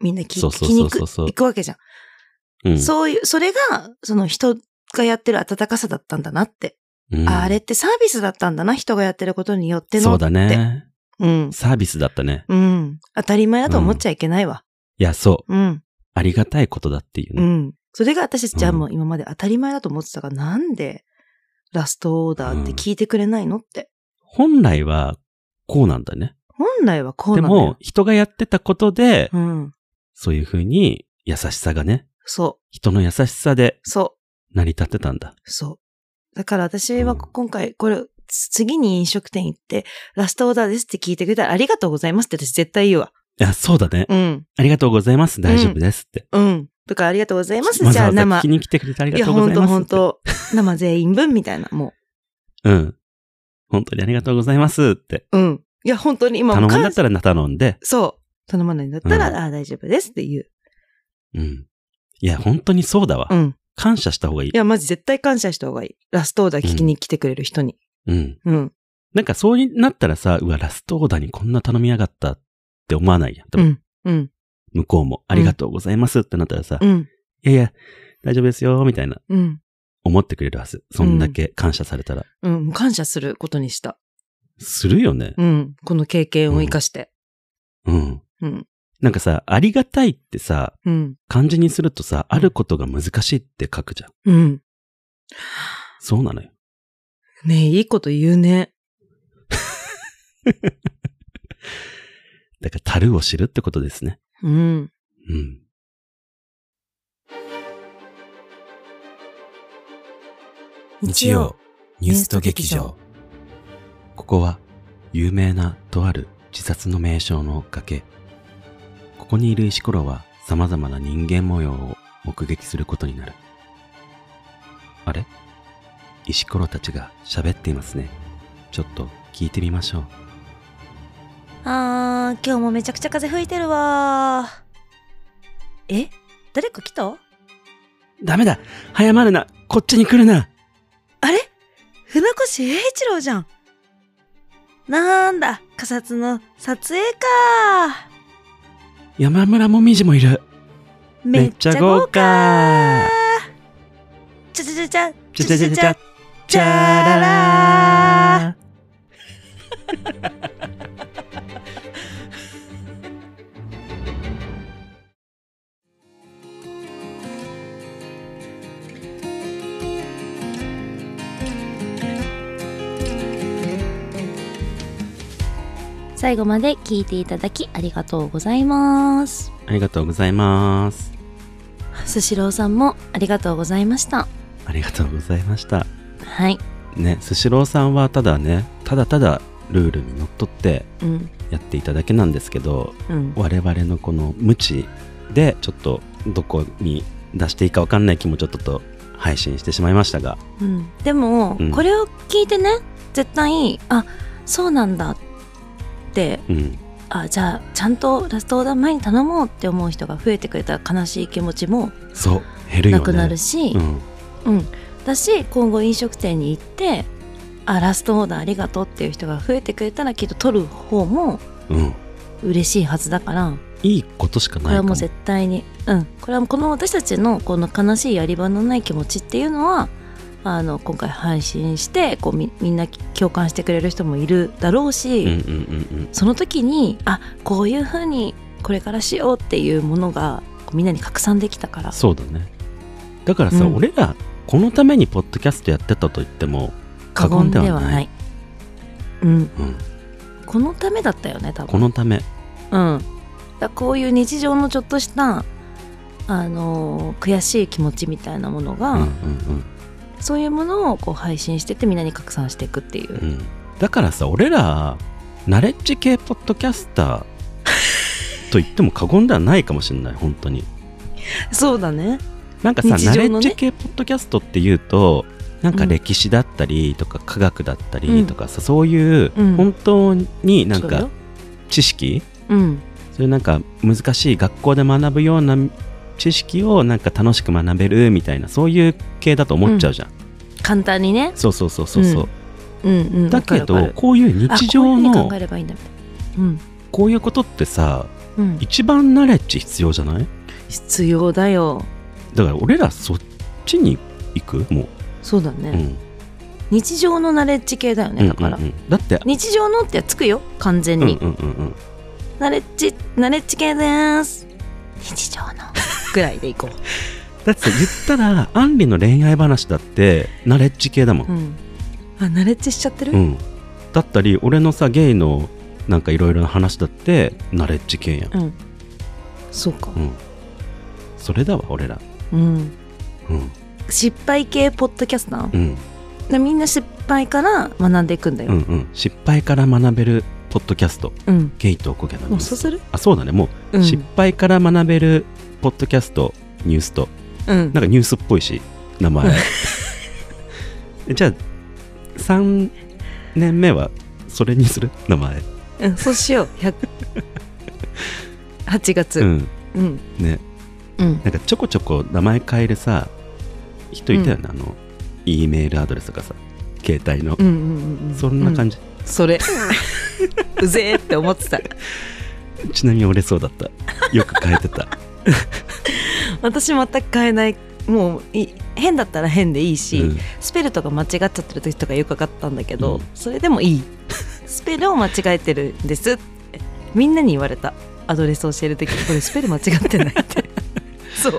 [SPEAKER 2] みんな聞
[SPEAKER 1] そうそう
[SPEAKER 2] 聞きに
[SPEAKER 1] そう
[SPEAKER 2] 行く
[SPEAKER 1] そうそう
[SPEAKER 2] 行くわけじゃん。
[SPEAKER 1] うん。
[SPEAKER 2] そういう、それが、その人がやってる温かさだったんだなって。
[SPEAKER 1] うん
[SPEAKER 2] ああれってサービスだったんだな、人がやってることによっての。
[SPEAKER 1] そうだね。
[SPEAKER 2] って。うん。
[SPEAKER 1] サービスだったね。
[SPEAKER 2] うん。当たり前だと思っちゃいけないわ。
[SPEAKER 1] いや、そう。
[SPEAKER 2] うん。
[SPEAKER 1] ありがたいことだっていう
[SPEAKER 2] う
[SPEAKER 1] ね。
[SPEAKER 2] ん。それが私たちは
[SPEAKER 1] うん
[SPEAKER 2] もう今まで当たり前だと思ってたから、なんでラストオーダーって聞いてくれないのって。
[SPEAKER 1] 本来は、こうなんだね。
[SPEAKER 2] 本来はこう
[SPEAKER 1] で
[SPEAKER 2] なの
[SPEAKER 1] も
[SPEAKER 2] よ。、
[SPEAKER 1] 人がやってたことで、
[SPEAKER 2] うん。
[SPEAKER 1] そういうふうに、優しさがね、
[SPEAKER 2] そ
[SPEAKER 1] 人の優しさで
[SPEAKER 2] う。そ
[SPEAKER 1] 成り立ってたんだ。
[SPEAKER 2] う。そう。だから私は
[SPEAKER 1] うん
[SPEAKER 2] 今回、これ、つ次に飲食店行って、ラストオーダーですって聞いてくれたらありがとうございますって私絶対言うわ。
[SPEAKER 1] いや、そうだね。
[SPEAKER 2] うん。
[SPEAKER 1] ありがとうございます。大丈夫ですって。
[SPEAKER 2] うん。とかありがとうございます。
[SPEAKER 1] わ
[SPEAKER 2] じゃ
[SPEAKER 1] ざ
[SPEAKER 2] あ
[SPEAKER 1] わざ聞
[SPEAKER 2] 生
[SPEAKER 1] き。に来てくれてあり
[SPEAKER 2] い
[SPEAKER 1] が
[SPEAKER 2] や、
[SPEAKER 1] とうご
[SPEAKER 2] ほん
[SPEAKER 1] ざい
[SPEAKER 2] と
[SPEAKER 1] ます。
[SPEAKER 2] ほんと。生全員分みたいな、も
[SPEAKER 1] うん。本当にありがとうございますって。
[SPEAKER 2] う。うん。いや、本当に今
[SPEAKER 1] 頼
[SPEAKER 2] も
[SPEAKER 1] む
[SPEAKER 2] うん
[SPEAKER 1] だ
[SPEAKER 2] 感
[SPEAKER 1] ったら頼んで。
[SPEAKER 2] そう。頼まないんだったら、
[SPEAKER 1] うん
[SPEAKER 2] ああ、大丈夫ですって言う。
[SPEAKER 1] うん。いや、本当にそうだわ。
[SPEAKER 2] うん。
[SPEAKER 1] 感謝した方がいい
[SPEAKER 2] い。や、マジ絶対感謝した方がいい。ラストオーダー聞きに来てくれる人に。
[SPEAKER 1] うん。
[SPEAKER 2] うん。
[SPEAKER 1] なんかそうなったらさ、うわ、ラストオーダーにこんな頼みやがったって思わないやん。多
[SPEAKER 2] う
[SPEAKER 1] 分
[SPEAKER 2] ん。うん。
[SPEAKER 1] 向こうも、ありがとうございますってなったらさ、
[SPEAKER 2] う
[SPEAKER 1] い
[SPEAKER 2] ん。
[SPEAKER 1] やいや、大丈夫ですよ、みたいな、
[SPEAKER 2] うん。
[SPEAKER 1] 思ってくれるはず。そんだけ感謝されたら。
[SPEAKER 2] うん。感謝することにした。
[SPEAKER 1] するよね。
[SPEAKER 2] うん。この経験を活かして。
[SPEAKER 1] うん。
[SPEAKER 2] うん。
[SPEAKER 1] なんかさ、ありがたいってさ、
[SPEAKER 2] うん。
[SPEAKER 1] 漢字にするとさ、あることが難しいって書くじゃん。
[SPEAKER 2] うん。
[SPEAKER 1] そうなのよ。
[SPEAKER 2] ねえ、いいこと言うね。
[SPEAKER 1] だから、樽を知るってことですね。
[SPEAKER 2] うん。
[SPEAKER 1] うん。
[SPEAKER 6] 日曜、
[SPEAKER 1] ニ
[SPEAKER 6] ュースと劇場。
[SPEAKER 1] ここは、有名なとある自殺の名称の崖。ここにいる石ころは様々な人間模様を目撃することになる。あれ石ころたちが喋っていますね。ちょっと聞いてみましょう。
[SPEAKER 2] あー、今日もめちゃくちゃ風吹いてるわー。え誰か来た
[SPEAKER 1] ダメだ早まるなこっちに来るな
[SPEAKER 2] あれ船越英一郎じゃん。なんだ、仮札の撮影か
[SPEAKER 1] 山村もみじもいるめっちゃ豪華
[SPEAKER 2] ちゃちゃちゃちゃ
[SPEAKER 1] ちゃちゃちゃちゃちゃらら
[SPEAKER 7] 最後まで聞いていただきありがとうございます。
[SPEAKER 1] ありがとうございます
[SPEAKER 7] スシローさんもありがとうございました。
[SPEAKER 1] ありがとうございました
[SPEAKER 7] はい。
[SPEAKER 1] ねスシローさんはただねただただルールにのっとって
[SPEAKER 7] うん。
[SPEAKER 1] やっていただけなんですけど
[SPEAKER 7] うん。
[SPEAKER 1] 我々のこの無知でちょっとどこに出していいかわかんない気もちょっとと配信してしまいましたが
[SPEAKER 7] うん、でも、
[SPEAKER 1] うん
[SPEAKER 7] これを聞いてね、絶対、あ、そうなんだって、
[SPEAKER 1] うん
[SPEAKER 7] あ、じゃあ、ちゃんとラストオーダー前に頼もうって思う人が増えてくれたら悲しい気持ちも
[SPEAKER 1] そう減るよね
[SPEAKER 7] なくなるし、
[SPEAKER 1] うん
[SPEAKER 7] だし、今後飲食店に行って、あ、ラストオーダーありがとうっていう人が増えてくれたら、きっと取る方も
[SPEAKER 1] うん
[SPEAKER 7] 嬉しいはずだから、
[SPEAKER 1] いいことしか
[SPEAKER 7] こ
[SPEAKER 1] ないか
[SPEAKER 7] れはも
[SPEAKER 1] も
[SPEAKER 7] う絶対に、うん、これはこの私たちのこの悲しいやり場のない気持ちっていうのはあの今回配信してこうみみんな共感してくれる人もいるだろうし、
[SPEAKER 1] うんうんうんうん
[SPEAKER 7] その時にあこういうふうにこれからしようっていうものがこうみんなに拡散できたから
[SPEAKER 1] そうだねだからさ、
[SPEAKER 7] うん
[SPEAKER 1] 俺らこのためにポッドキャストやってたと言っても過言ではない
[SPEAKER 7] うん、
[SPEAKER 1] うん
[SPEAKER 7] このためだったよね多分
[SPEAKER 1] このため
[SPEAKER 7] うん、だこういう日常のちょっとした、あのー悔しい気持ちみたいなものが、
[SPEAKER 1] うんうん
[SPEAKER 7] そういうものをこう配信してってみんなに拡散していくっていう
[SPEAKER 1] うん、うん、だからさ俺らナレッジ系ポッドキャスターと言っても過言ではないかもしれない本当に
[SPEAKER 7] そうだね
[SPEAKER 1] なんかさ、
[SPEAKER 7] 日
[SPEAKER 1] ナレ
[SPEAKER 7] 常のね
[SPEAKER 1] ッジ系ポッドキャストっていうとなんか歴史だったりとか科学だったりとかさ、そういう
[SPEAKER 7] うん
[SPEAKER 1] 本当になん
[SPEAKER 7] そう
[SPEAKER 1] か
[SPEAKER 7] よ
[SPEAKER 1] 知識、
[SPEAKER 7] うん
[SPEAKER 1] そういうなんか難しい学校で学ぶような知識をなんか楽しく学べるみたいなそういう系だと思っちゃうじゃん、
[SPEAKER 7] 簡単にね
[SPEAKER 1] そうそうそうそうそう、
[SPEAKER 7] うんうん
[SPEAKER 1] だけ
[SPEAKER 7] わか
[SPEAKER 1] ど
[SPEAKER 7] るわかる
[SPEAKER 1] こういう日常
[SPEAKER 7] あこういうふうに
[SPEAKER 1] の
[SPEAKER 7] 考えればいいんだみたいなうん
[SPEAKER 1] こういうことってさ
[SPEAKER 7] うん、
[SPEAKER 1] 一番ナレッジ必要じゃない
[SPEAKER 7] 必要だよ
[SPEAKER 1] だから俺らそっちに行くも
[SPEAKER 7] そうだ
[SPEAKER 1] う、
[SPEAKER 7] ね、
[SPEAKER 1] うん
[SPEAKER 7] 日常のナレッジ系だよねだから、
[SPEAKER 1] うんうんうんだって
[SPEAKER 7] 日常のってつくよ完全
[SPEAKER 1] うんう
[SPEAKER 7] に、
[SPEAKER 1] んうんうん
[SPEAKER 7] ナレッジナレッジ系でーす日常のぐらいでいこ
[SPEAKER 1] だって言ったらアンリの恋愛話だってナレッジ系だもん、
[SPEAKER 7] う、うん、あナレッジしちゃってる、
[SPEAKER 1] うんだったり俺のさゲイのなんかいろいろな話だってナレッジ系やん、
[SPEAKER 7] うん、そうか
[SPEAKER 1] うん、それだわ俺ら
[SPEAKER 7] うん
[SPEAKER 1] うん
[SPEAKER 7] 失敗系ポッドキャスター
[SPEAKER 1] うん
[SPEAKER 7] でみんな失敗から学んでいくんだ
[SPEAKER 1] う
[SPEAKER 7] よ。
[SPEAKER 1] んうん失敗から学べるポッドキャスト
[SPEAKER 7] うん。
[SPEAKER 1] ゲイとおこげのニュ
[SPEAKER 7] も
[SPEAKER 1] ー
[SPEAKER 7] うそう
[SPEAKER 1] ス
[SPEAKER 7] する？
[SPEAKER 1] あそうだねもう、
[SPEAKER 7] うん
[SPEAKER 1] 失敗から学べるポッドキャストニュースと
[SPEAKER 7] うん
[SPEAKER 1] な。んかニュースっぽいし名前 じゃあ3年目はそれにする名前
[SPEAKER 7] うん。そうしよう。百。八
[SPEAKER 1] う
[SPEAKER 7] 月。
[SPEAKER 1] ん
[SPEAKER 7] うん。
[SPEAKER 1] ね
[SPEAKER 7] うん。
[SPEAKER 1] なんかちょこちょこ名前変えるさ人いたよね、あの E メールアドレスとかさ携帯の、
[SPEAKER 7] うんうんうん。
[SPEAKER 1] そんな感じ、
[SPEAKER 7] じ。それ。うぜーって思ってた。
[SPEAKER 1] ちなみに俺そうだったよく変えて た
[SPEAKER 7] 私全く変えない。もうい変だったら変でいいし、
[SPEAKER 1] うん
[SPEAKER 7] スペルとか間違っちゃってる時とかよくわかったんだけど、
[SPEAKER 1] うん
[SPEAKER 7] それでもいいスペルを間違えてるんですってみんなに言われたアドレスを教える時これスペル間違ってないって そ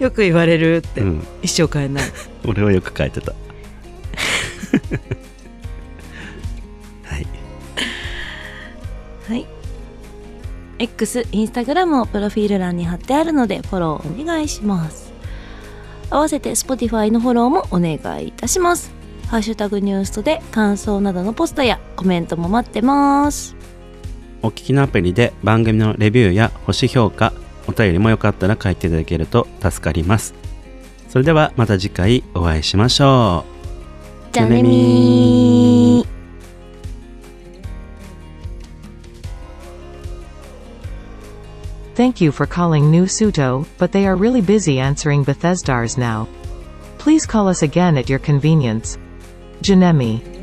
[SPEAKER 7] うよく言われるって、
[SPEAKER 1] うん
[SPEAKER 7] 一生変えない
[SPEAKER 1] 俺はよく変えて たはい
[SPEAKER 7] はい。X、インスタグラムをプロフィール欄に貼ってあるのでフォローお願いします。合わせて Spotify のフォローもお願いいたします。ハッシュタグニュースとで感想などのポストやコメントも待ってます。
[SPEAKER 1] お聞きのアプリで番組のレビューや星評価、お便りもよかったら書いていただけると助かります。それではまた次回お会いしましょう。
[SPEAKER 7] じゃあねみー。
[SPEAKER 3] Thank you for calling New Suto, but they are really busy answering Bethesdars now. Please call us again at your convenience. Janemi.